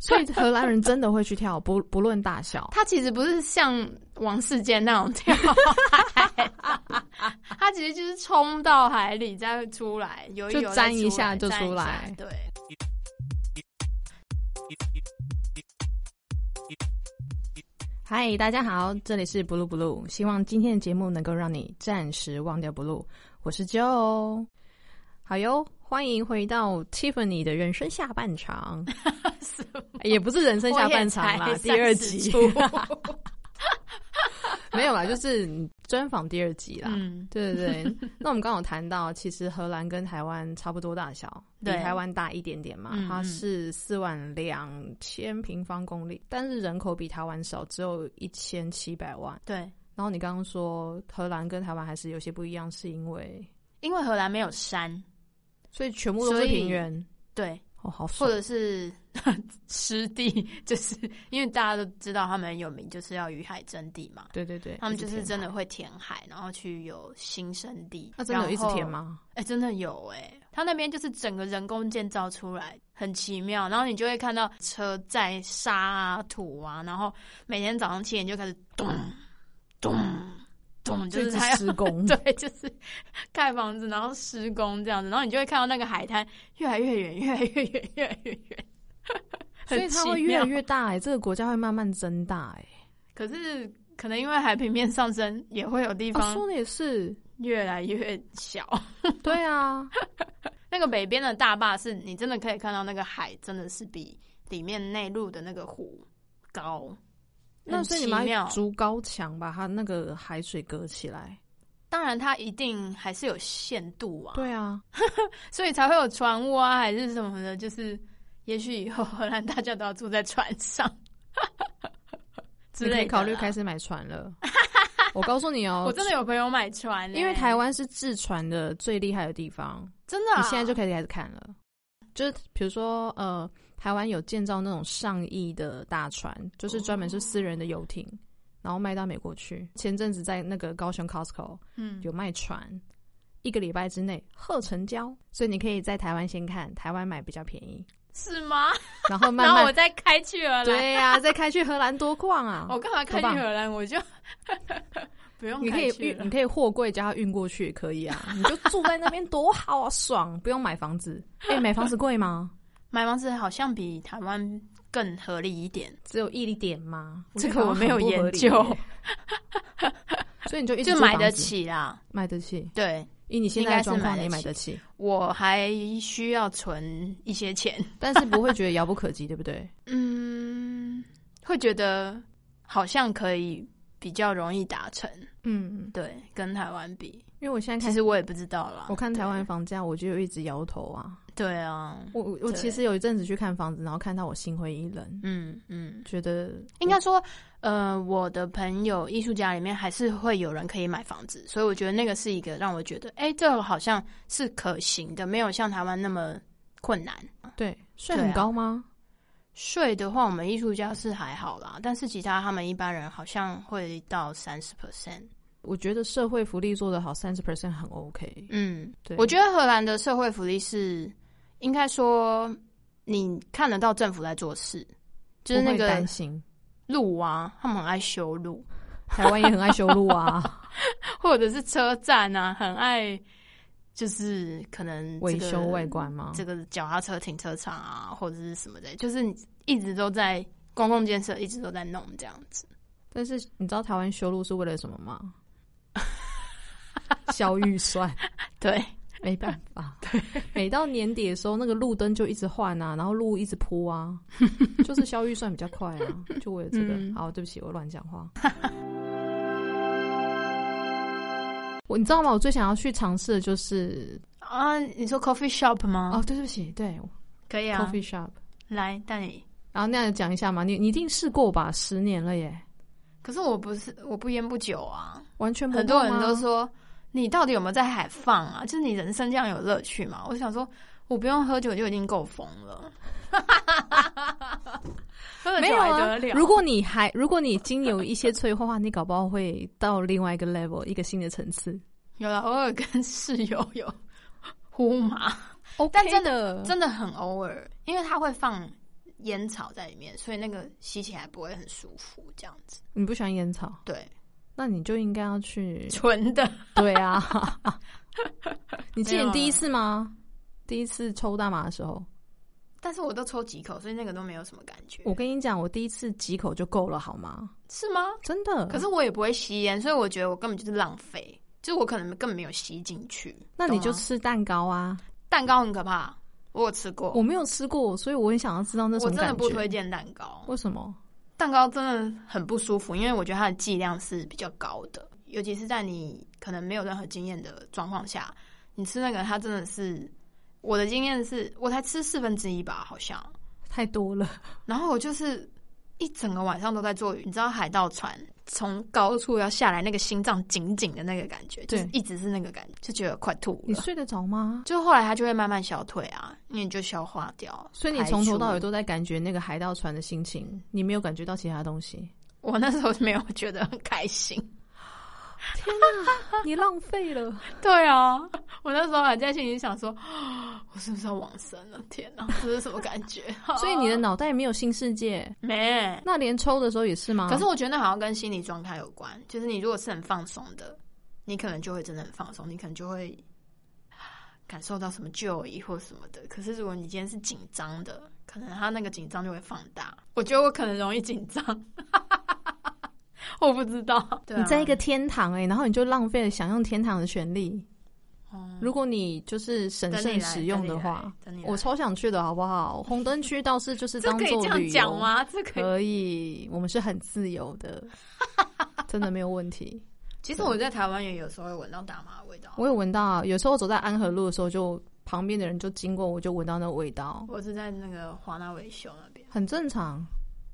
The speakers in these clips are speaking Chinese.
所以荷兰人真的会去跳，不 不论大小。他其实不是像王世坚那种跳海，他其实就是冲到海里再出来，游就游再沾一下就沾出一下来 对，嗨，大家好，这里是 Blue Blue，希望今天的节目能够让你暂时忘掉 Blue。我是 Joe，好哟，欢迎回到 Tiffany 的人生下半场，哎也不是人生下半场我啦 也，才第二30集 啊出没有啦，就是专访第二集啦。嗯，对对对，那我们刚好谈到，其实荷兰跟台湾差不多大小，比对台湾大一点点嘛，嗯它嗯是四万两千平方公里，但是人口比台湾少，只有一千七百万。对，然后你刚刚说荷兰跟台湾还是有些不一样，是因为因为荷兰没有山，所以全部都所是以平原对，哦，好或爽。者是 湿地，就是因为大家都知道他们很有名，就是要与海争地嘛。对对对，他们一直就是填真的海，会填海，然后去有新生地。那、真的有一直填然后？吗？哎、真的有哎、它那边就是整个人工建造出来，很奇妙。然后你就会看到车载沙啊、土啊，然后每天早上七点就开始咚咚咚，就是一直它要，施工 对，就是盖房子，然后施工这样子，然后你就会看到那个海滩越来越远，越来越远，越来越远。所以很它奇会越妙来越大哎、这个国家会慢慢增大哎、可是可能因为海平面上升，也会有地啊，方说的也是，越来越小。对啊，那个北边的大坝是你真的可以看到那个海，真的是比里面内陆的那个湖高。那很所以奇你们要妙，筑高墙把它那个海水隔起来。当然它一定还是有限度啊，对啊，所以才会有船坞啊，还是什么的，就是也许以后 荷兰大家都要住在船 上之你可类以的考虑啦开。始买船 了。我告诉你哦，我真的有朋友买船欸、因为台湾是制船的最厉害的地方，真的、啊，你现在就可以开始看了。就是比如说，呃，台湾有建造那种上亿的大船，就是专门是私人的游艇，哦然后卖到美国去。前阵子在那个高雄 Costco 嗯，有卖船，一个礼拜之内贺成交，所以你可以在台湾先看，台湾买比较便宜，是吗？然后慢然后慢我再开去荷兰，对呀、再开去荷兰多逛 啊！我干嘛开多去棒荷兰？我就 不用你可以开去运，了你可以货柜加运过去也可以 啊，你就住在那边多好啊，爽，不用买房 子。哎、买房子贵吗？买房子好像比台湾更合理一点，只有一点吗？这个觉得我没有很不合理研究耶， 所以你就一直就住买房得子，起啦。买得起。对，以你现应在该的是状况，买得你起买得起，我还需要存一些钱，但是不会觉得遥不可及，对不对？嗯，会觉得好像可以比较容易达成， 嗯，对，跟台湾比，因为我现在其开始，实我也不知道啦。我看台湾对，房价，我就一直摇头啊。对啊，我我我对其实有一阵子去看房子，然后看到我心灰意冷，嗯嗯，觉得应该说，呃，我的朋友艺术家里面还是会有人可以买房子，所以我觉得那个是一个让我觉得，哎、这个好像是可行的，没有像台湾那么困难。对税对很啊高吗？税的话，我们艺术家是还好啦，但是其他他们一般人好像会到三十 percent。我觉得社会福利做得好，三十 percent 很 OK。嗯，对，我觉得荷兰的社会福利是，应该说你看得到政府在做事，就是不那会个担心，路啊，他们很爱修路，台湾也很爱修路啊，或者是车站啊，很爱就是可能维 这个修外观吗？这个脚踏车停车场啊，或者是什么的，就是你一直都在公共建设一直都在弄这样子。但是你知道台湾修路是为了什么 吗？消预算，对，没办 法。每到年底的时候，那个路灯就一直换啊，然后路一直铺 啊，就是消预算比较快啊，就为了这个。嗯好，对不起，我乱讲话。 我你知道吗？我最想要去尝试的就是啊，你说 coffee shop 吗？哦，对对不起，对、可以 c o f 啊 f，e e shop。来带你。然后那样讲一下嘛，你你一定试过吧？十年了耶，可是我不是我不烟不酒啊，完全不很多碰人啊都说你到底有没有在海放啊？就是你人生这样有乐趣吗？我想说，我不用喝酒就已经够疯了， 喝了没酒有还啊得了？。如果你还如果你已经有一些催化话，你搞不好会到另外一个 level，一个新的层次。有了，偶尔跟室友有呼麻，哦，但真的真的很偶尔，因为他会放烟草在里面，所以那个吸起来不会很舒服，这样子。你不喜欢烟草，对，那你就应该要去。纯的 对 啊，你记得没你有啊第一次吗？第一次抽大麻的时候，但是我都抽几口，所以那个都没有什么感觉。我跟你讲，我第一次几口就够了，好吗？是吗？真的。可是我也不会吸烟，所以我觉得我根本就是浪费，就是我可能根本没有吸进去。那你懂吗就吃蛋糕啊！蛋糕很可怕，我有吃过，我没有吃过，所以我很想要知道那什我么真感觉。的不推荐蛋糕。为什么？蛋糕真的很不舒服，因为我觉得它的剂量是比较高的，尤其是在你可能没有任何经验的状况下，你吃那个它真的是，我的经验是我才吃四分之一吧，好像，太多了， 然后我就是一整个晚上都在做鱼，你知道海盗船从高处要下来，那个心脏紧紧的那个感觉，就是对一直是那个感觉，就觉得快吐你了。睡得着吗？就后来它就会慢慢消退啊，因为你就消化掉。所以你从头到尾都，都在感觉那个海盗船的心情，你没有感觉到其他东西。 我那时候没有觉得很开心。 天哪、你浪费了！对啊，我那时候还在心里想说， 我是不是要往生了？天哪，这是什么感 觉？ 所以你的脑袋没有新世界，没。那连抽的时候也是吗？可是我觉得那好像跟心理状态有关，就是你如果是很放松的，你可能就会真的很放松，你可能就会感受到什么旧意或什么的。可是如果你今天是紧张的，可能他那个紧张就会放大。我觉得我可能容易紧张， 我不知道。对啊你在一个天堂哎、然后你就浪费了享用天堂的权利。哦如果你就是审等你慎来使用的话，，等你来等你来我超想去的好不好？红灯区倒是就是这当可以做这样旅讲游。呃吗？这可以可以，我们是很自由 的，真的没有问题。其实我在台湾也有时候会闻到大麻的味道，我有闻到啊，有时候走在安和路的时候就，旁边的人就经过，我就闻到那味道，我是在那个华纳维修那边，很正常，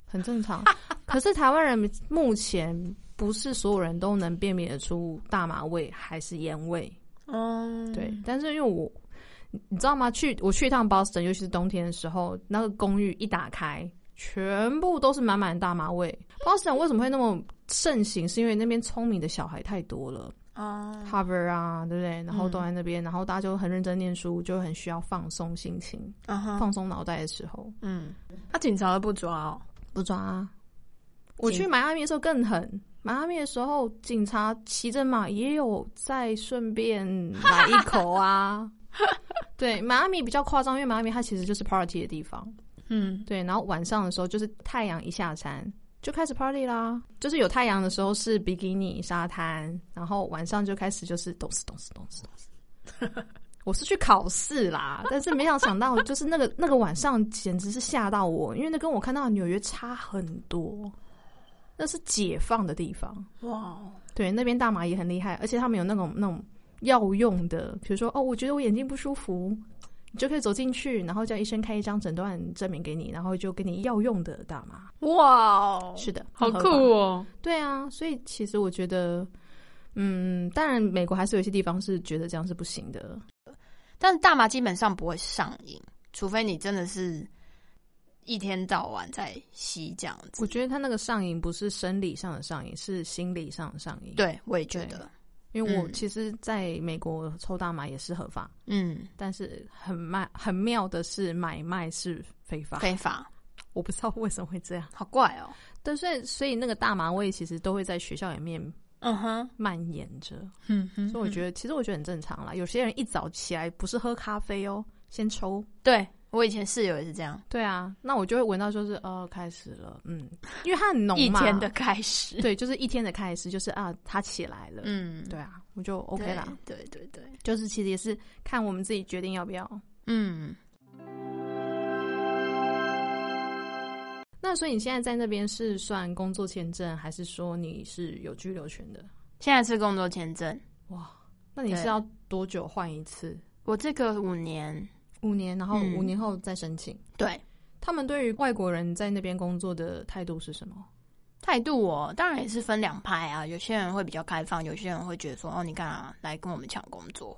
很正常。可是台湾人目前不是所有人都能辨别得出大麻味还是烟味，嗯，对。但是因为我，你你知道吗？去我去一趟 Boston，尤其是冬天的时候，那个公寓一打开，全部都是满满的大麻味。Boston 为什么会那么盛行？是因为那边聪明的小孩太多了。嗯， Harvard 啊，对不对？然后都在那边，然后大家就很认真念书，就很需要放松心情、嗯哼，放松脑袋的时候，嗯，那警察都不抓哦，不抓、啊。我去迈阿密的时候更狠，迈阿密的时候，警察骑着马也有在顺便来一口啊。 对，迈阿密比较夸张，因为迈阿密它其实就是 party 的地方。嗯，对，然后晚上的时候就是太阳一下山就开始 party 啦，就是有太阳的时候是比基尼沙滩，然后晚上就开始就是咚哧咚哧咚哧咚哧。我是去考试啦，但是没有想到，就是那个那个晚上简直是吓到我，因为那跟我看到的纽约差很多，那是解放的地方。哇哦，对，那边大麻也很厉害，而且他们有那种那种药用的，比如说哦，我觉得我眼睛不舒服，你就可以走进去，然后叫医生开一张诊断证明给你，然后就给你药用的大麻。哇哦，是的，好合酷法哦，对啊，所以其实我觉得，嗯，当然美国还是有一些地方是觉得这样是不行的。但是大麻基本上不会上瘾，除非你真的是一天到晚在吸这样我子，觉得他那个上瘾不是生理上的上瘾，是心理上的上瘾。，对，我也觉得，因为我嗯其实在美国抽大麻也是合法，嗯，但是很卖很妙的是买卖是非法。非法，我不知道为什么会这样。好怪哦，对，所以所以那个大麻味其实都会在学校里面嗯哼，蔓延着，嗯哼所以我觉得其实我觉得很正常啦。有些人一早起来不是喝咖啡哦，先抽。对我以前室友也是这样，对啊，那我就会闻到就是呃开始了，嗯，因为它很浓 一嘛，天的开始，对，就是一天的开始，就是啊他起来了， 嗯，对啊，我就 OK 啦。对，对对对，就是其实也是看我们自己决定要不要。嗯，那所以你现在在那边是算工作签证，还是说你是有居留权的？现在是工作签证，那你是对要多久换一次？我这个五年，五年，然后嗯五年后再申请。对他们对于外国人在那边工作的态度是什么？态度我当然也是分两派啊，有些人会比较开放，有些人会觉得说哦，你干嘛来跟我们抢工作？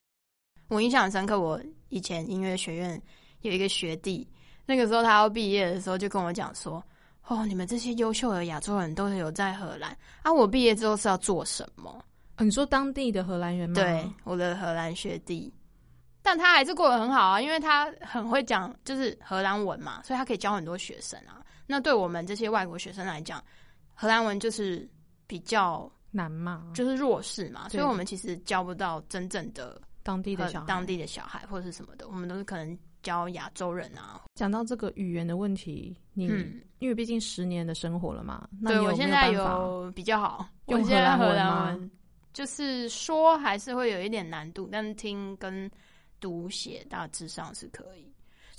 我印象很深刻，我以前音乐学院有一个学弟，那个时候他要毕业的时候就跟我讲说。哦，你们这些优秀的亚洲人都有在荷兰啊！我毕业之后是要做什么？哦、你说当地的荷兰人吗？对，，我的荷兰学弟，但他还是过得很好啊，因为他很会讲就是荷兰文嘛，所以他可以教很多学生啊。那对我们这些外国学生来讲，荷兰文就是比较难嘛，就是弱势嘛，对所以我们其实教不到真正的当地的呃小孩。当地的小孩或者是什么的，我们都是可能教亚洲人啊。讲到这个语言的问题，你、嗯，因为毕竟十年的生活了嘛，那对你有我没现在办法？有比较好，用我现在荷荷兰文吗兰文就是说还是会有一点难度，但是听跟读写大致上是可以。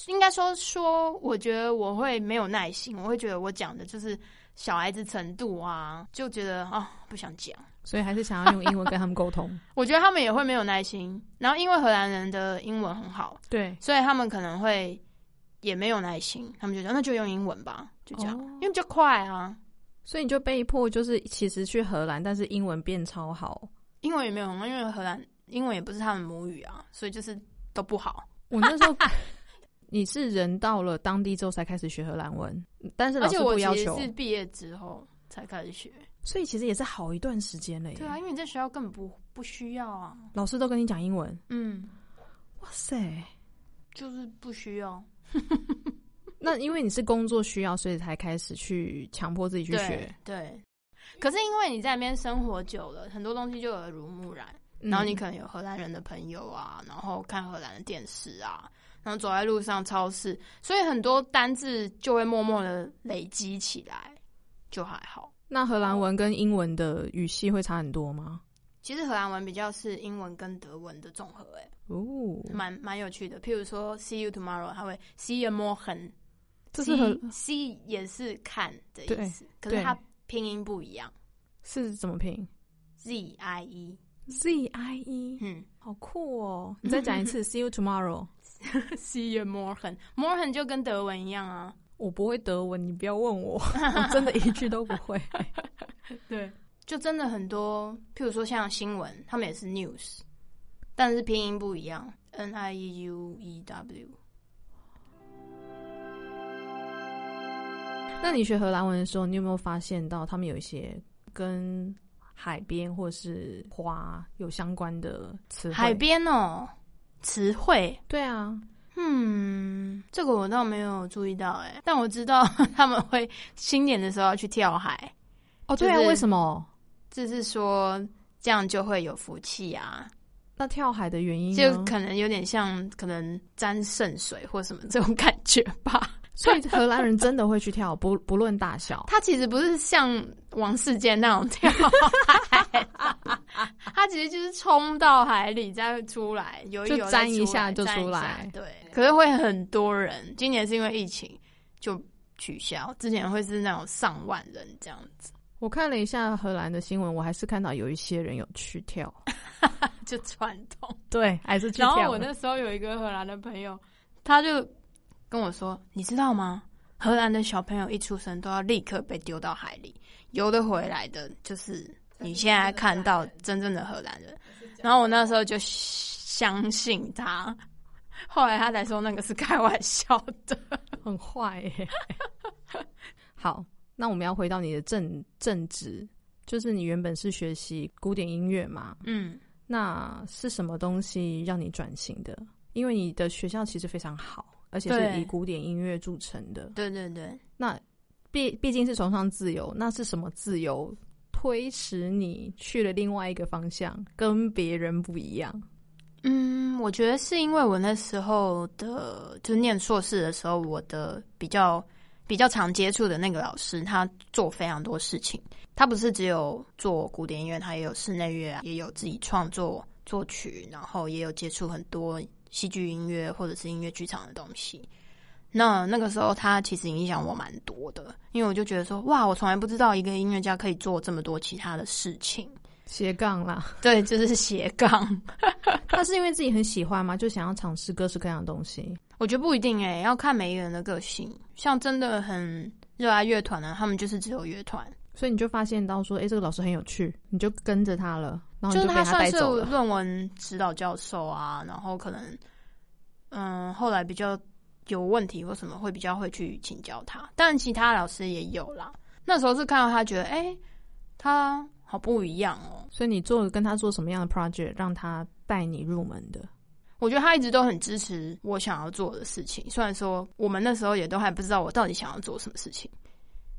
应该说说，我觉得我会没有耐心，我会觉得我讲的就是小孩子程度啊，就觉得啊、不想讲。所以还是想要用英文跟他们沟 通。我觉得他们也会没有耐心，然后因为荷兰人的英文很好，对，所以他们可能会也没有耐心，他们就讲那就用英文吧，就这样，哦因为比较快啊，所以你就被迫就是其实去荷兰，但是英文变超好。英文也没有很好，因为荷兰英文也不是他们母语啊，所以就是都不好。我那时 候你是人到了当地之后才开始学荷兰文，但是而老且师我不要其实求，是毕业之后才开始学，所以其实也是好一段时间了耶。对啊，因为你在学校根本不不需要啊，老师都跟你讲英文，嗯，哇塞！就是不需要，那因为你是工作需要，所以才开始去强迫自己去对学，对。可是因为你在那边生活久了，很多东西就耳濡目染。然后你嗯可能有荷兰人的朋友啊，然后看荷兰的电视啊，然后走在路上、超市，所以很多单字就会默默的累积起来，就还好。那荷兰文跟英文的语系会差很多吗？其实荷兰文比较是英文跟德文的综合、欸，哎，哦，蛮蛮有趣的。譬如说 “see you tomorrow”，它会 “see you morgen”，这是荷 “see” see 也是看的意思，可是对它拼音不一样是怎么拼，“z i e”， ？Z I E， 嗯好酷哦！你再讲一 次，See you tomorrow。 ，“see you morgen”，morgen 就跟德文一样啊，我不会德文，你不要问 我，我真的一句都不 会。对，就真的很多，譬如说像新闻，他们也是 news，但是拼音不一样，n i e u e w。那你学荷兰文的时候，你有没有发现到他们有一些跟海边或是花有相关的词汇？海边哦，词汇，对啊，嗯，这个我倒没有注意到哎、但我知道 他们会新年的时候要去跳海，哦对啊，就是为什么？就是说这样就会有福气啊，那跳海的原因就 呢？可能有点像可能沾圣水或什么这种感觉吧。所以荷兰人真的会去跳， 不不论大小。他其实不是像王世坚那种跳海啦，他其实就是冲到海里再出来，游一游就沾一下再就出出来来沾一下。对，可是会很多人，今年是因为疫情就取消，之前会是那种上万人这样子，我看了一下荷兰的新闻，我还是看到有一些人有去跳，就传统。 对，还是去然跳了。后我那时候有一个荷兰的朋友，他就跟我说：“你知道吗？荷兰的小朋友一出生都要立刻被丢到海里，游得回来的，就是你现在看到真正的荷兰人。”然后我那时候就相信他，后来他才说那个是开玩笑的。很坏耶。 好，那我们要回到你的正正职，就是你原本是学习古典音乐嘛？嗯，那是什么东西让你转型的？因为你的学校其实非常好，而且是对以古典音乐著称的。对对对，那毕毕竟是崇尚自由，那是什么自由推使你去了另外一个方向，跟别人不一样？嗯，我觉得是因为我那时候的，就念硕士的时候，我的比较比较常接触的那个老师，他做非常多事情。他不是只有做古典音乐，他也有室内乐啊，也有自己创作作曲，然后也有接触很多戏剧音乐或者是音乐剧场的东西。那那个时候，他其实影响我蛮多的，因为我就觉得说，哇，我从来不知道一个音乐家可以做这么多其他的事情。斜杠啦， 对，就是斜杠。那是因为自己很喜欢嘛，就想要尝试各式各样的东西。我觉得不一定诶、要看每一个人的个性。像真的很热爱乐团的，他们就是只有乐团，所以你就发现到说，哎、这个老师很有趣，你就跟着他了，然后就你是被带他算是走了。论文指导教授啊，然后可能嗯后来比较有问题或什么，会比较会去请教他。但其他老师也有啦，那时候是看到他觉得，哎、他好不一样哦、所以你做跟他做什么样的 project，让他带你入门的？我觉得他一直都很支持我想要做的事情，虽然说我们那时候也都还不知道我到底想要做什么事情。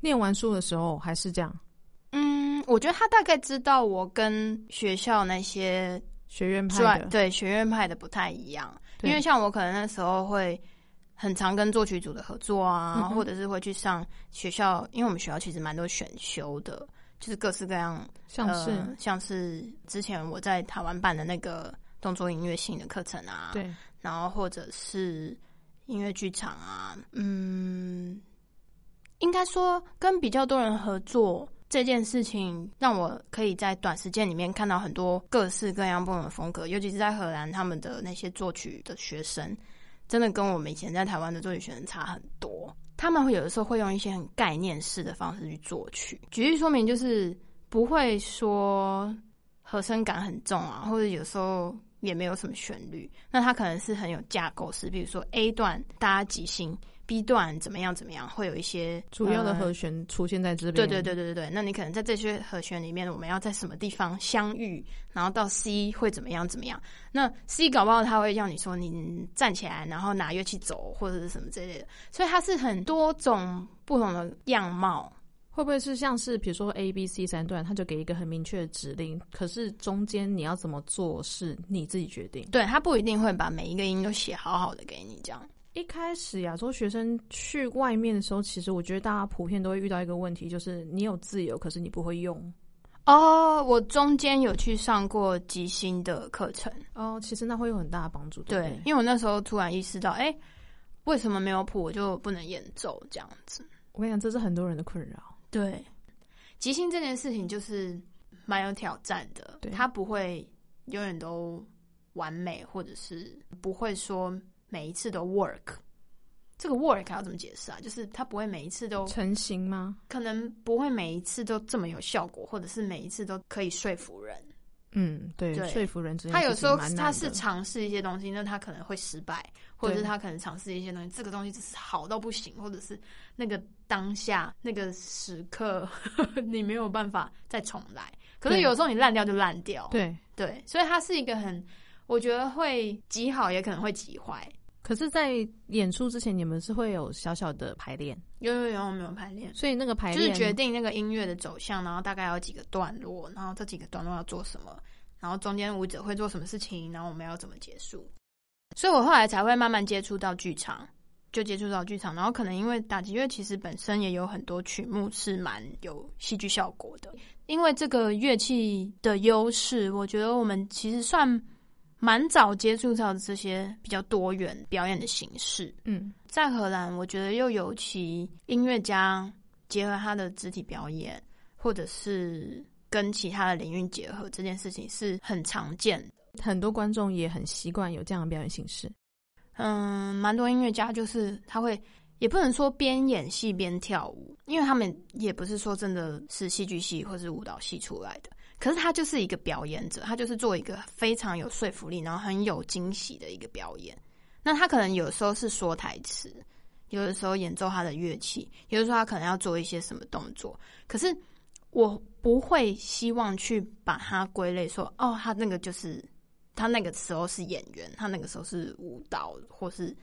念完书的时候还是这样，嗯，我觉得他大概知道我跟学校那些学院专派的，啊对学院派的不太一样，对因为像我可能那时候会很常跟作曲组的合作啊，嗯哼或者是会去上学校，因为我们学校其实蛮多选修的，就是各式各样，像是、呃、像是之前我在台湾办的那个动作音乐性的课程啊，，对然后或者是音乐剧场啊，嗯，应该说跟比较多人合作这件事情，让我可以在短时间里面看到很多各式各样不同的风格，尤其是在荷兰他们的那些作曲的学生，真的跟我们以前在台湾的作曲学生差很多。他们会有的时候会用一些很概念式的方式去作曲，举例说明就是不会说和声感很重啊，或者有时候也没有什么旋律，那它可能是很有架构式，比如说 A 段大家即兴，B 段怎么样怎么样，会有一些主要的呃和弦出现在这边，对对对对对对，那你可能在这些和弦里面，我们要在什么地方相遇，然后到 C 会怎么样怎么样？那 C 搞不好他会要你说你站起来，然后拿乐器走或者是什么之类的，所以它是很多种不同的样貌。会不会是像是比如说 A、B、C 三段，他就给一个很明确的指令，可是中间你要怎么做是你自己决定。对，他不一定会把每一个音都写好好的给你这样。一开始亚洲学生去外面的时候，其实我觉得大家普遍都会遇到一个问题，就是你有自由，可是你不会用。哦，我中间有去上过即兴的课程，哦，其实那会有很大的帮助。对不对对，，因为我那时候突然意识到，哎、为什么没有谱我就不能演奏这样子？我跟你讲，这是很多人的困扰。对，即兴这件事情就是蛮有挑战的对，它不会永远都完美，或者是不会说每一次都 work。这个 work 要怎么解释啊？就是它不会每一次都，成型吗？可能不会每一次都这么有效果，或者是每一次都可以说服人。嗯，对，对说服人这件他有事情时候蛮难他的是尝试一些东西，那他可能会失败，或者是对他可能尝试一些东西，这个东西就是好到不行，或者是那个当下那个时刻 你没有办法再重来。可是对有时候你烂掉就烂掉，对，对，所以它是一个很，我觉得会极好，也可能会极坏。可是，在演出之前，你们是会有小小的排练，有有有，我们有排练。所以那个排就是练决定那个音乐的走向，然后大概有几个段落，然后这几个段落要做什么，然后中间舞者会做什么事情，然后我们要怎么结束。所以我后来才会慢慢接触到剧场，就接触到剧场，然后可能因为打击乐其实本身也有很多曲目是蛮有戏剧效果的，因为这个乐器的优势，我觉得我们其实算蛮早接触到这些比较多元表演的形式。嗯，在荷兰，我觉得又尤其音乐家结合他的肢体表演，或者是跟其他的领域结合这件事情是很常见的。很多观众也很习惯有这样的表演形式。嗯，蛮多音乐家就是他会，也不能说边演戏边跳舞，因为他们也不是说真的是戏剧系或是舞蹈系出来的，可是他就是一个表演者，他就是做一个非常有说服力，然后很有惊喜的一个表演。那他可能有时候是说台词，有的时候演奏他的乐器，有的时候他可能要做一些什么动作。可是我不会希望去把它归类说，哦，他那个就是他那个时候是演员，他那个时候是舞蹈，或是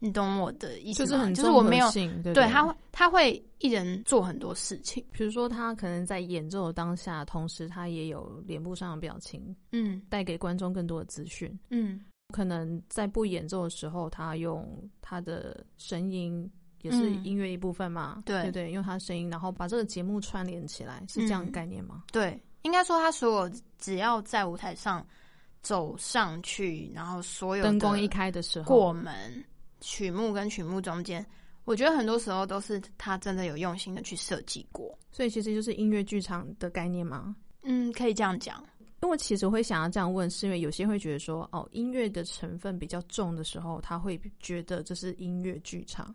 你懂我的意思就吗？是很就是我没有综合性对不对他会，他会一人做很多事情。比如说他可能在演奏的当下，同时他也有脸部上的表情，嗯带给观众更多的资讯。嗯，可能在不演奏的时候，他用他的声音也是嗯音乐一部分嘛，对对不对，用他的声音，然后把这个节目串联起来，是这样的嗯概念吗？对，应该说他所有只要在舞台上走上去，然后所有的灯光一开的时候，过门，曲目跟曲目中间，我觉得很多时候都是他真的有用心的去设计过。所以其实就是音乐剧场的概念吗？嗯，可以这样讲。因为其实会想要这样问，是因为有些会觉得说，哦，音乐的成分比较重的时候，他会觉得这是音乐剧场。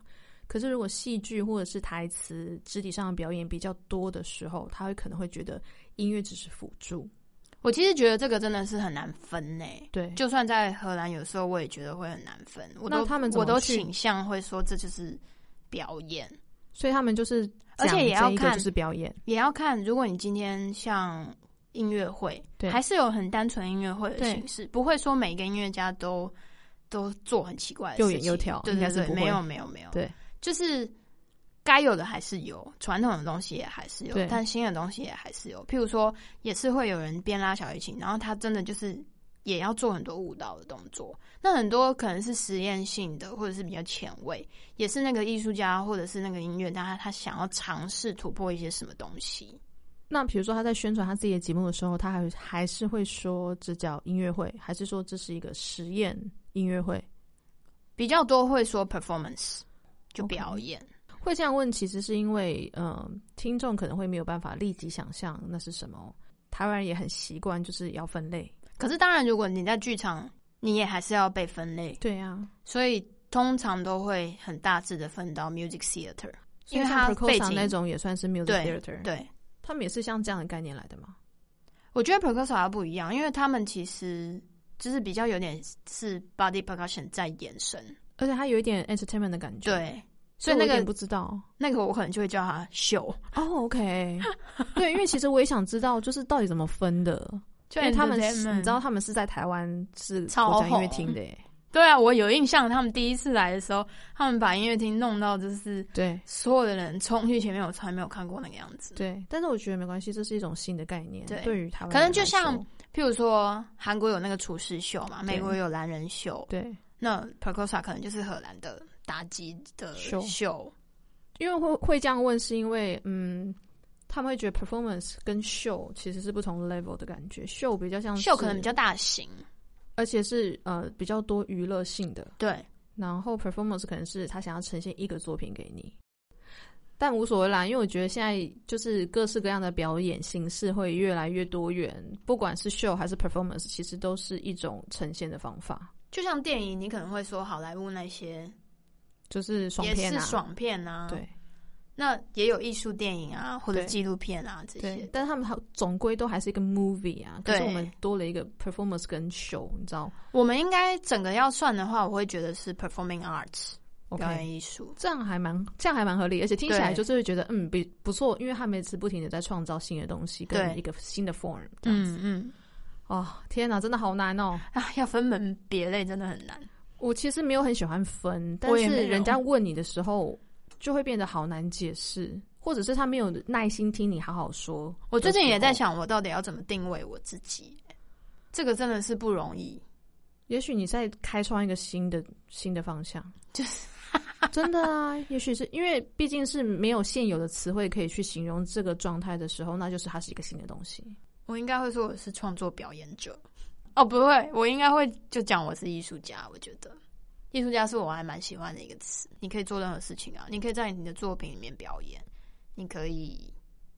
可是如果戏剧或者是台词、肢体上的表演比较多的时候，他会可能会觉得音乐只是辅助。我其实觉得这个真的是很难分呢、对，就算在荷兰，有时候我也觉得会很难分。我那都他们怎我么都去倾向会说这就是表演，所以他们就是而且也要讲这一个看就是表演。也要看。如果你今天像音乐会，对还是有很单纯音乐会的对形式，不会说每个音乐家都都做很奇怪的又事演情又跳对应该对是对，不没会有没有没有，对，就是该有的还是有，传统的东西也还是有对，但新的东西也还是有。譬如说，也是会有人边拉小提琴，然后他真的就是也要做很多舞蹈的动作，那很多可能是实验性的，或者是比较前卫，也是那个艺术家或者是那个音乐家他想要尝试突破一些什么东西。那比如说他在宣传他自己的节目的时候，他还还是会说这叫音乐会，还是说这是一个实验音乐会？比较多会说 performance，就 OK 表演。会这样问，其实是因为，嗯、听众可能会没有办法立即想象那是什么。台湾人也很习惯就是要分类，可是当然，如果你在剧场，你也还是要被分类。对啊，所以通常都会很大致的分到 music theater，所以因为像它背 Percosa 景那种也算是 music 对 theater，，对。他们也是像这样的概念来的嘛。我觉得 percussion 还不一样，因为他们其实就是比较有点是 body percussion 在延伸，而且它有一点 entertainment 的感觉，，对，所所以以那那个个不知道那个我可能就会叫它秀，哦，OK，对， 因为其实我也想知道，就是到底怎么分的，就因为他们是 entertainment 你知道他们是在台湾是国超家音乐红厅的耶，对啊，我有印象，他们第一次来的时候，他们把音乐厅弄到就是对所有的人冲去前面，我从来没有看过那个样子。对，但是我觉得没关系，这是一种新的概念，对对于台湾可能人就来像说譬如说韩国有那个厨师秀嘛，对美国有男人秀，对。那 Percosa 可能就是荷兰的打击的秀秀，因为会会这样问，是因为嗯，他们会觉得 performance 跟 show 其实是不同 level 的感觉，show 比较像秀可能是比较，大型，而且是呃比较多娱乐性的，对，然后 performance 可能是他想要呈现一个作品给你，但无所谓啦，因为我觉得现在就是各式各样的表演形式会越来越多元，不管是 show 还是 performance，其实都是一种呈现的方法，就像电影，你可能会说好莱坞那些就是爽也片是啊，爽片啊，对，那也有艺术电影啊或者对纪录片啊这对些，，但他们还总归都还是一个 movie 啊，可是对我们多了一个 performance 跟 show，你知道我们应该整个要算的话，我会觉得是 performing arts 表？OK，演艺术，这样还蛮这样还蛮合理，而且听起来对就是会觉得嗯，比不错，因为他们一直不停的在创造新的东西对跟一个新的 form 这样子。嗯嗯，哦，天哪，真的好难哦！啊，要分门别类真的很难，我其实没有很喜欢分，但我也没是有人家问你的时候，就会变得好难解释，或者是他没有耐心听你好好说。我最近也在的时候，想，我到底要怎么定位我自己，这个真的是不容易。也许你在开创一个新的新的方向，就是 真的啊。也许是因为毕竟是没有现有的词汇可以去形容这个状态的时候，那就是它是一个新的东西。我应该会说我是创作表演者，哦，不会，我应该会就讲我是艺术家。我觉得艺术家是我还蛮喜欢的一个词，你可以做任何事情啊，你可以在你的作品里面表演，你可以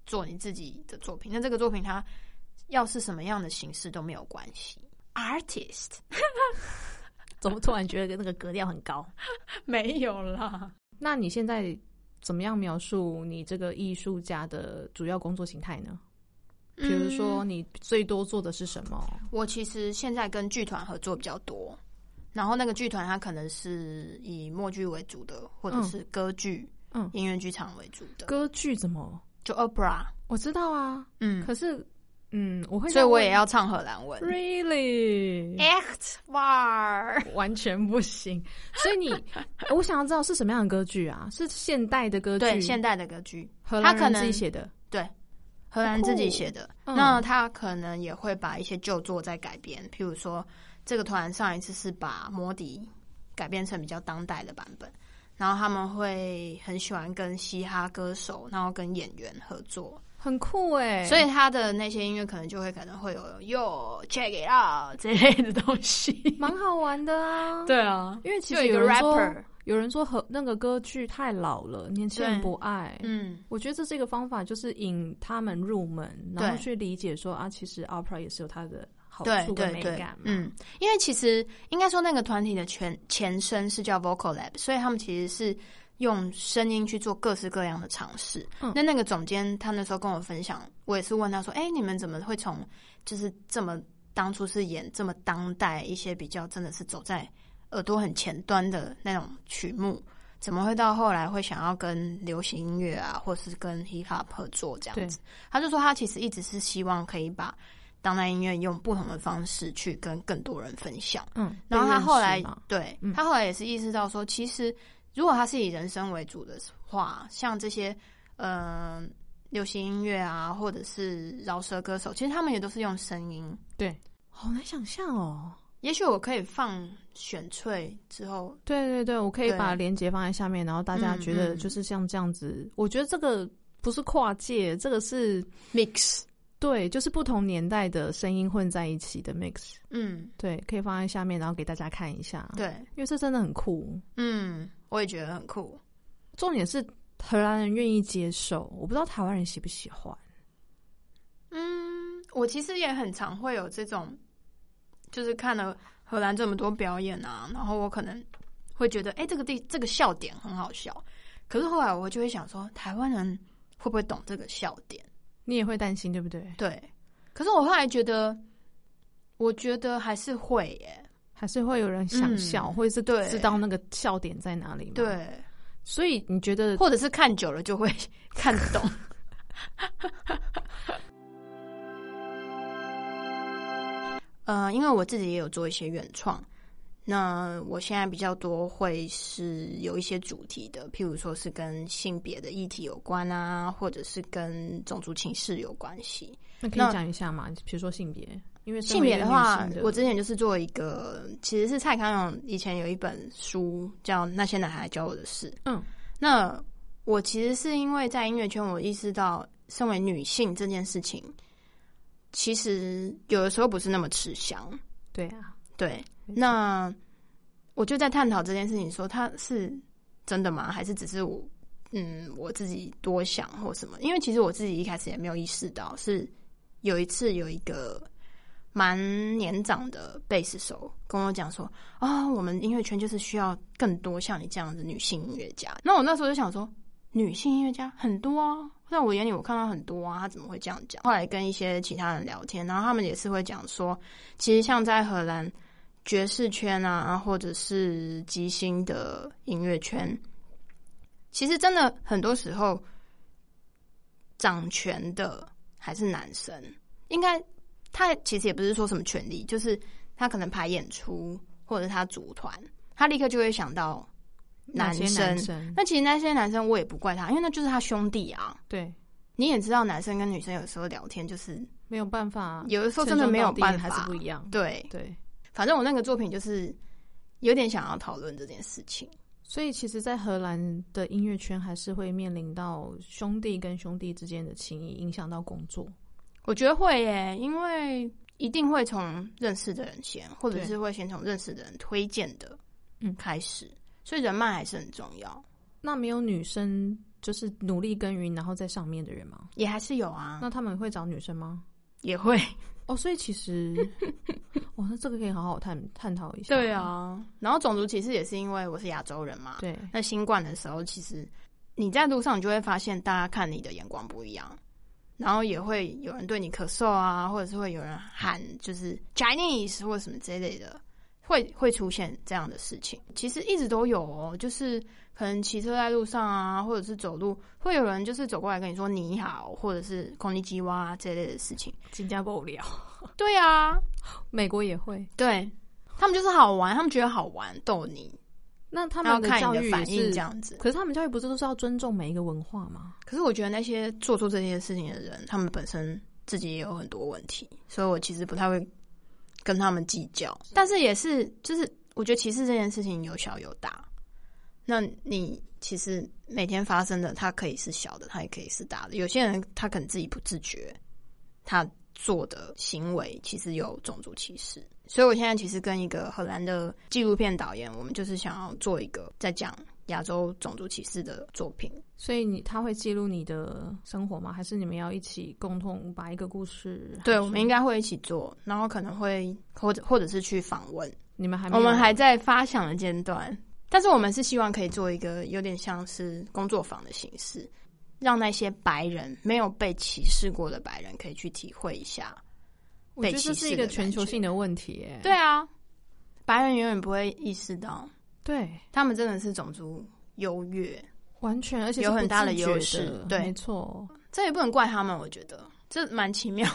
做你自己的作品。那这个作品它要是什么样的形式都没有关系。Artist 怎么突然觉得那个格调很高？ 没有啦，那你现在怎么样描述你这个艺术家的主要工作形态呢？比如说，你最多做的是什么？我其实现在跟剧团合作比较多，然后那个剧团它可能是以默剧为主的，或者嗯是歌剧、嗯音乐剧场为主的，歌剧怎么？就 opera，我知道啊，嗯，可是，嗯，我会，所以我也要唱荷兰文。 really Echt war，完全不 行。所以你，我想要知道是什么样的歌剧啊？是现代的歌剧，对现代的歌剧，荷兰他可人能自己写的。荷兰自己写的。嗯那他可能也会把一些旧作再改编，譬如说这个团上一次是把摩笛改编成比较当代的版本，然后他们会很喜欢跟嘻哈歌手，然后跟演员合作，很酷哎、所以他的那些音乐可能就会可能会有 Yo check it out 这类的东西。蛮好玩的啊。，对啊，因为其就有实一个有人说， rapper，有人说和那个歌剧太老了，年轻人对不爱。嗯，我觉得这是一个方法，就是引他们入门，然后对去理解说啊，其实 opera 也是有它的好对处跟对美对感，嘛。嗯，因为其实应该说那个团体的全前身是叫 Vocal Lab，所以他们其实是用声音去做各式各样的尝试。嗯那那个总监他那时候跟我分享，我也是问他说：“哎、你们怎么会从就是这么当初是演这么当代一些比较真的是走在耳朵很前端的那种曲目？”怎么会到后来会想要跟流行音乐啊，或是跟 hip hop 合作这样对子？他就说他其实一直是希望可以把当代音乐用不同的方式去跟更多人分享。嗯，然后他后来被认识嘛对、嗯他后来也是意识到说，其实如果他是以人生为主的话，像这些嗯、呃流行音乐啊，或者是饶舌歌手，其实他们也都是用声音。对，好难想象哦。也许我可以放选粹之后，对对对，我可以对把链接放在下面，然后大家嗯觉得嗯就是像这样子，我觉得这个不是跨界，这个是 mix，对，就是不同年代的声音混在一起的 mix。嗯，对，可以放在下面，然后给大家看一下。，对，因为这真的很酷。嗯，我也觉得很酷。重点是荷兰人愿意接受，我不知道台湾人喜不喜欢。嗯，我其实也很常会有这种，就是看了荷兰这么多表演啊，然后我可能会觉得，哎、这个地这个笑点很好笑，可是后来我就会想说，台湾人会不会懂这个笑点？你也会担心，对不对？对，可是我后来觉得，我觉得还是会耶，还是会有人想笑，嗯或者是对知道那个笑点在哪里吗？，对，所以你觉 得或者是看久了就会 看懂。呃，因为我自己也有做一些原创，那我现在比较多会是有一些主题的，譬如说是跟性别的议题有关啊，或者是跟种族歧视有关系。那可以那讲一下吗？比如说性别，因为身性为别一的个话女性，我之前就是做一个，其实是蔡康永以前有一本书叫《那些男孩教我的事》。嗯，那我其实是因为在音乐圈，我意识到身为女性这件事情，其实有的时候不是那么吃香。对啊，对，没错那我就在探讨这件事情说它是真的吗？还是只是我嗯我自己多想或什么？因为其实我自己一开始也没有意识到，是有一次有一个蛮年长的贝斯手跟我讲说：“啊、我们音乐圈就是需要更多像你这样的女性音乐家。”那我那时候就想说，女性音乐家很多啊，在我眼里我看到很多啊，他怎么会这样讲？后来跟一些其他人聊天，然后他们也是会讲说，其实像在荷兰爵士圈啊，或者是即兴的音乐圈，其实真的很多时候掌权的还是男生，应该他其实也不是说什么权利，就是他可能排演出或者他组团，他立刻就会想到哪男些生男。生那其实那些男生我也不怪他，因为那就是他兄弟啊。对你也知道，男生跟女生有时候聊天就是没有办法，有的时候真的没有办还法，是不一样。对，对，反正我那个作品就是有点想要讨论这件事情。所以其实，在荷兰的音乐圈还是会面临到兄弟跟兄弟之间的情谊，影响到工作。我觉得会耶，因为一定会从认识的人先，或者对是会先从认识的人推荐的，嗯开始，所以人脉还是很重要，那没有女生就是努力耕耘，然后在上面的人吗？也还是有啊，那他们会找女生吗？也会，哦，所以其 实，哇，那这个可以好好探探讨一下。，啊。 然后种族歧视也是因为我是亚洲人嘛， 对，那新冠的时候，其实你在路上，你就会发现大家看你的眼光不一样，然后也会有人对你咳嗽啊，或者是会有人喊就是 Chinese 或什么之类的，会会出现这样的事情。其实一直都有哦，就是可能骑车在路上啊，或者是走路，会有人就是走过来跟你说你好，或者是空尼基哇这类的事情。新加坡无聊，对啊， 美国也会。对他们就是好玩，他们觉得好玩逗你，那他然后们的看教你育的反应也这是，样子。可是他们教育不是都是要尊重每一个文化吗？可是我觉得那些做出这些事情的人，他们本身自己也有很多问题，所以我其实不太会跟他们计较。但是也是，就是我觉得歧视这件事情有小有大。那你其实每天发生的，它可以是小的，它也可以是大的。有些人他可能自己不自觉，他做的行为其实有种族歧视。所以我现在其实跟一个荷兰的纪录片导演，我们就是想要做一个在讲亚洲种族歧视的作品。所以你他会记录你的生活吗？还是你们要一起共同把一个故事？对，我们应该会一起做，然后可能会或者或者是去访问。你们还没我有们还在发想的阶段，但是我们是希望可以做一个有点像是工作坊的形式，让那些白人没有被歧视过的白人可以去体会一下。我觉被得这歧是视一个的全感球觉性的问题耶。对啊，白人永远不会意识到，对，他们真的是种族优越，完全，而且是有很大的不自觉优势的对没错。这也不能怪他们。我觉得这蛮奇妙。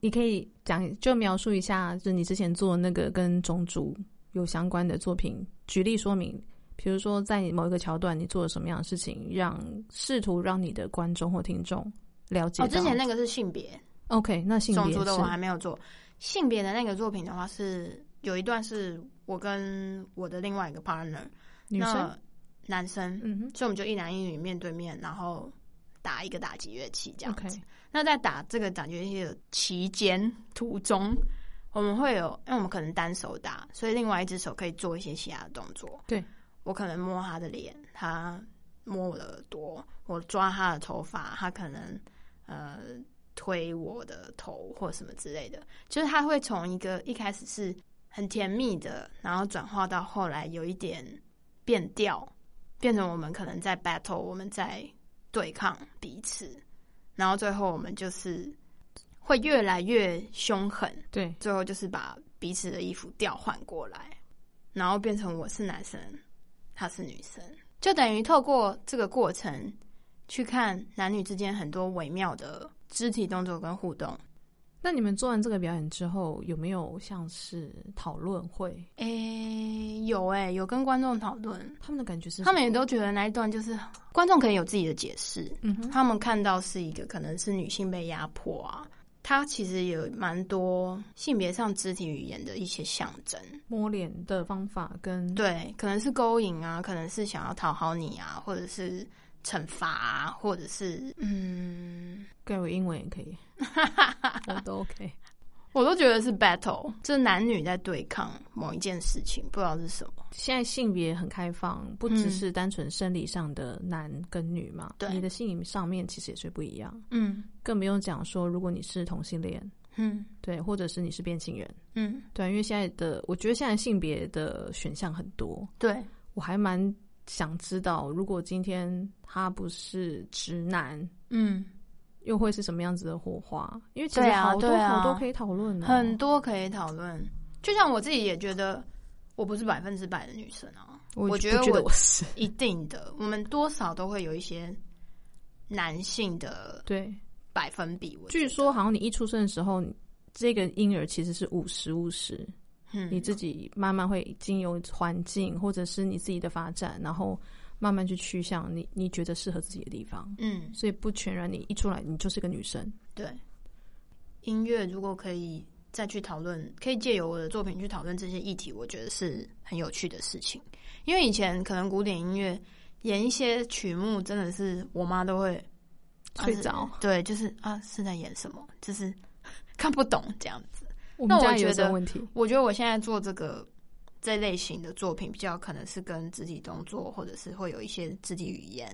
你可以讲，就描述一下，就是你之前做那个跟种族有相关的作品，举例说明。比如说，在某一个桥段，你做了什么样的事情，让试图让你的观众或听众了解哦，到？之前那个是性别， OK，那性种别族的是我还没有做。性别的那个作品的话是有一段是我跟我的另外一个 partner，女生，那男生，嗯哼所以我们就一男一女面对面，然后打一个打击乐器这样，OK，子。那在打这个打击乐器的期间途中，我们会有，因为我们可能单手打，所以另外一只手可以做一些其他的动作。对，我可能摸他的脸，他摸我的耳朵，我抓他的头发，他可能呃推我的头或什么之类的，就是他会从一个一开始是很甜蜜的，然后转化到后来有一点变调，变成我们可能在 battle，我们在对抗彼此，然后最后我们就是会越来越凶狠，对，最后就是把彼此的衣服调换过来，然后变成我是男生，他是女生，就等于透过这个过程去看男女之间很多微妙的肢体动作跟互动。那你们做完这个表演之后，有没有像是讨论会？诶、有诶、有跟观众讨论，他们的感觉是他们也都觉得那一段就是观众可以有自己的解释，嗯哼，他们看到是一个可能是女性被压迫啊，它其实有蛮多性别上肢体语言的一些象征，摸脸的方法跟对，可能是勾引啊，可能是想要讨好你啊，或者是惩罚啊，或者是嗯，给我英文也可 以，我都 OK。我都觉得是 battle，这男女在对抗某一件事情，不知道是什么。现在性别很开放，不只是单纯生理上的男跟女嘛，对你的性上面其实也是不一样，嗯更不用讲说如果你是同性恋，嗯对，或者是你是变性人，嗯，对，因为现在的我觉得现在性别的选项很多，对，我还蛮想知道，如果今天他不是直男，嗯，又会是什么样子的火花？因为其实对啊好多、对啊好多可以讨论、哦，很多可以讨论。就像我自己也觉得，我不是百分之百的女生啊，我我不觉觉得我我是 一定的，我们多少都会有一些男性的对。百分比。我觉据得，说好像你一出生的时候，你这个婴儿其实是五十五十，嗯，你自己慢慢会经由环境或者是你自己的发展，然后慢慢去趋向你你觉得适合自己的地方。嗯，所以不全然你一出来你就是个女生，对，音乐如果可以再去讨论，可以借由我的作品去讨论这些议题，我觉得是很有趣的事情。因为以前可能古典音乐演一些曲目，真的是我妈都会啊睡是着。对，就是啊是在演什么，就是看不懂这样子。我那们我家也有觉这得个问题，我觉得我现在做这个这类型的作品，比较可能是跟肢体动作，或者是会有一些肢体语言，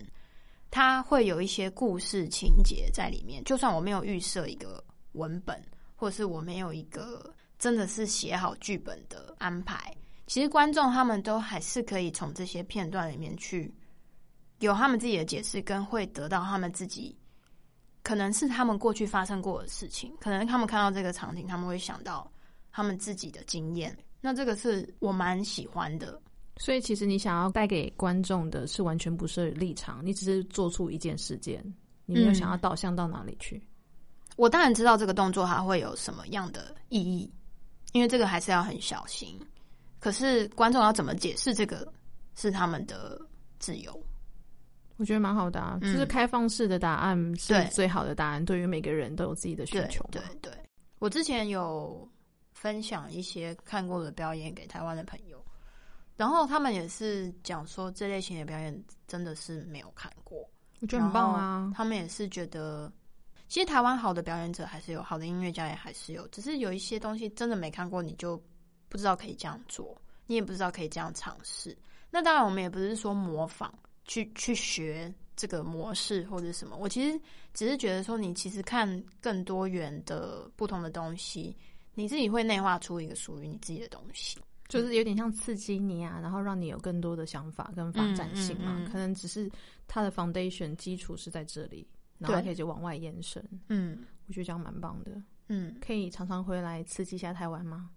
它会有一些故事情节在里面。就算我没有预设一个文本，或者是我没有一个真的是写好剧本的安排，其实观众他们都还是可以从这些片段里面去有他们自己的解释，跟会得到他们自己。可能是他们过去发生过的事情，可能他们看到这个场景，他们会想到他们自己的经验。那这个是我蛮喜欢的，所以其实你想要带给观众的是完全不是立场，你只是做出一件事件，你没有嗯想要导向到哪里去。我当然知道这个动作它会有什么样的意义，因为这个还是要很小心。可是观众要怎么解释这个是他们的自由，我觉得蛮好的啊，嗯就是开放式的答案是对最好的答案，对于每个人都有自己的需对求嘛。对对。我之前有分享一些看过的表演给台湾的朋友，然后他们也是讲说这类型的表演真的是没有看过，我觉得很棒啊。他们也是觉得，其实台湾好的表演者还是有，好的音乐家也还是有，只是有一些东西真的没看过，你就不知道可以这样做，你也不知道可以这样尝试。那当然，我们也不是说模仿去去学这个模式或者什么，我其实只是觉得说，你其实看更多元的不同的东西，你自己会内化出一个属于你自己的东西。就是有点像刺激你啊，然后让你有更多的想法跟发展性嘛。嗯嗯嗯可能只是它的 foundation 基础是在这里，然后对可以就往外延伸。嗯我觉得这样蛮棒的，嗯， 可以常常回来刺激一下台湾吗？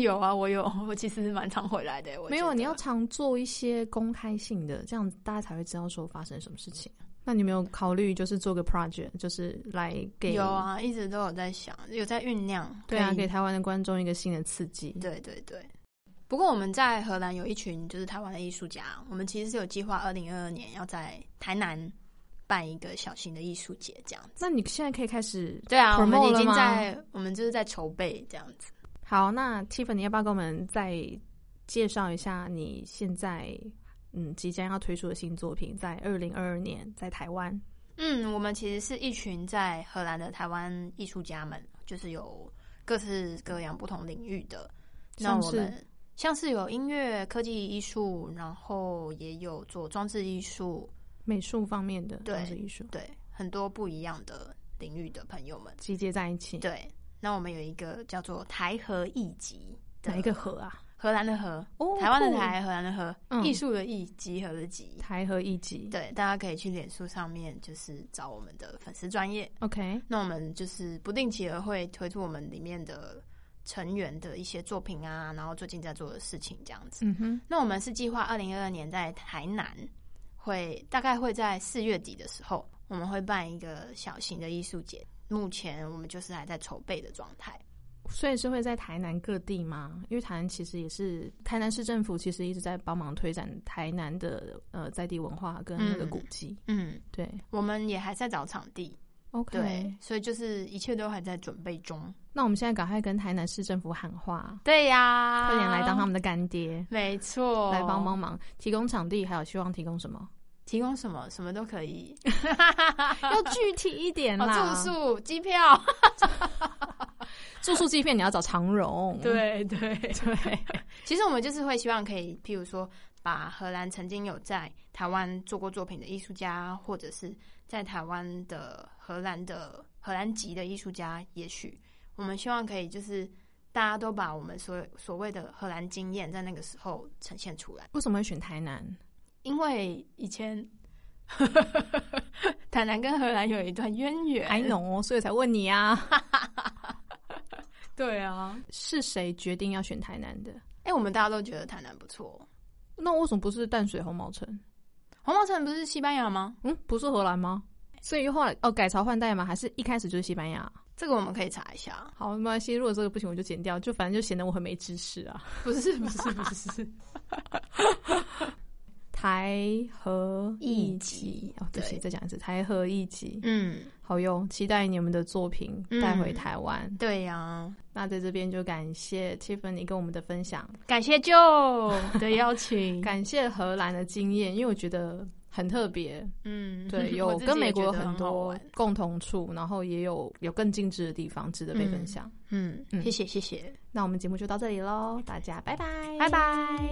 有啊，我有，我其实蛮常回来的。我没有，觉你得要常做一些公开性的，这样大家才会知道说发生什么事情。那你有没有考虑就是做个 project，就是来给有啊，一直都有在想，有在酝酿。对啊，可以给台湾的观众一个新的刺激。对对对。不过我们在荷兰有一群就是台湾的艺术家，我们其实是有计划二零二二年要在台南办一个小型的艺术节这样子。那你现在可以开始对啊，我们 promote 已了经吗在我们就是在筹备这样子。好，那 Tiffany 要不要给我们再介绍一下你现在嗯即将要推出的新作品，在二零二二年在台湾？嗯，我们其实是一群在荷兰的台湾艺术家们，就是有各式各样不同领域的。那像我是们像是有音乐、科技、艺术，然后也有做装置艺术，美术方面的对装置艺术对，很多不一样的领域的朋友们。集结在一起，对，那我们有一个叫做台荷艺集，哪一个？和啊？荷兰的荷，哦台湾的酷台，荷兰的荷，嗯艺术的艺，集合的集。台和一集。对，大家可以去脸书上面，就是找我们的粉丝专业。 OK，那我们就是不定期的会推出我们里面的成员的一些作品啊，然后最近在做的事情这样子。嗯哼，那我们是计划二零二二年在台南会大概会在四月底的时候，我们会办一个小型的艺术节。目前我们就是还在筹备的状态。所以是会在台南各地吗？因为台南其实也是台南市政府其实一直在帮忙推展台南的呃在地文化跟那个嗯古迹。嗯，对我们也还在找场地， ，OK，对，所以就是一切都还在准备中。那我们现在赶快跟台南市政府喊话，对呀，快点来当他，们的干爹。没错，来帮帮忙，提供场地，还有希望提供什 么？提供什么，什么都可以。要具体一点哦，啦。住宿、机票，住宿机片你要找长荣，对嗯 对。对，其实我们就是会希望可以，譬如说，把荷兰曾经有在台湾做过作品的艺术家，或者是在台湾的荷兰的荷兰籍的艺术家，也许我们希望可以就是大家都把我们所所谓的荷兰经验在那个时候呈现出来，为什么会选台南？因为以 前台南跟荷兰有一段渊源。 I know，所以才问你啊，对啊，是谁决定要选台南的？哎、我们大家都觉得台南不错。那为什么不是淡水红毛城？红毛城不是西班牙吗？嗯，不是荷兰吗？所以后来哦，改朝换代吗？还是一开始就是西班牙？这个我们可以查一下。好，没关系，如果这个不行，我就剪掉，就反正就显得我很没知识啊。不是 不是不是，台和一集一集哦，对不起，对再讲一次，台和一集，嗯，好哟，期待你们的作品嗯带回台湾。对呀、那在这边就感谢 Tiffany 跟我们的分享，感谢舅的邀 请，感谢荷兰的经验，因为我觉得很特 别，嗯，对，有我自己跟美也国觉有得很很好多玩共同处，然后也有有更精致的地方值得被分享。嗯嗯，谢谢谢谢，那我们节目就到这里喽，大家拜拜，拜拜。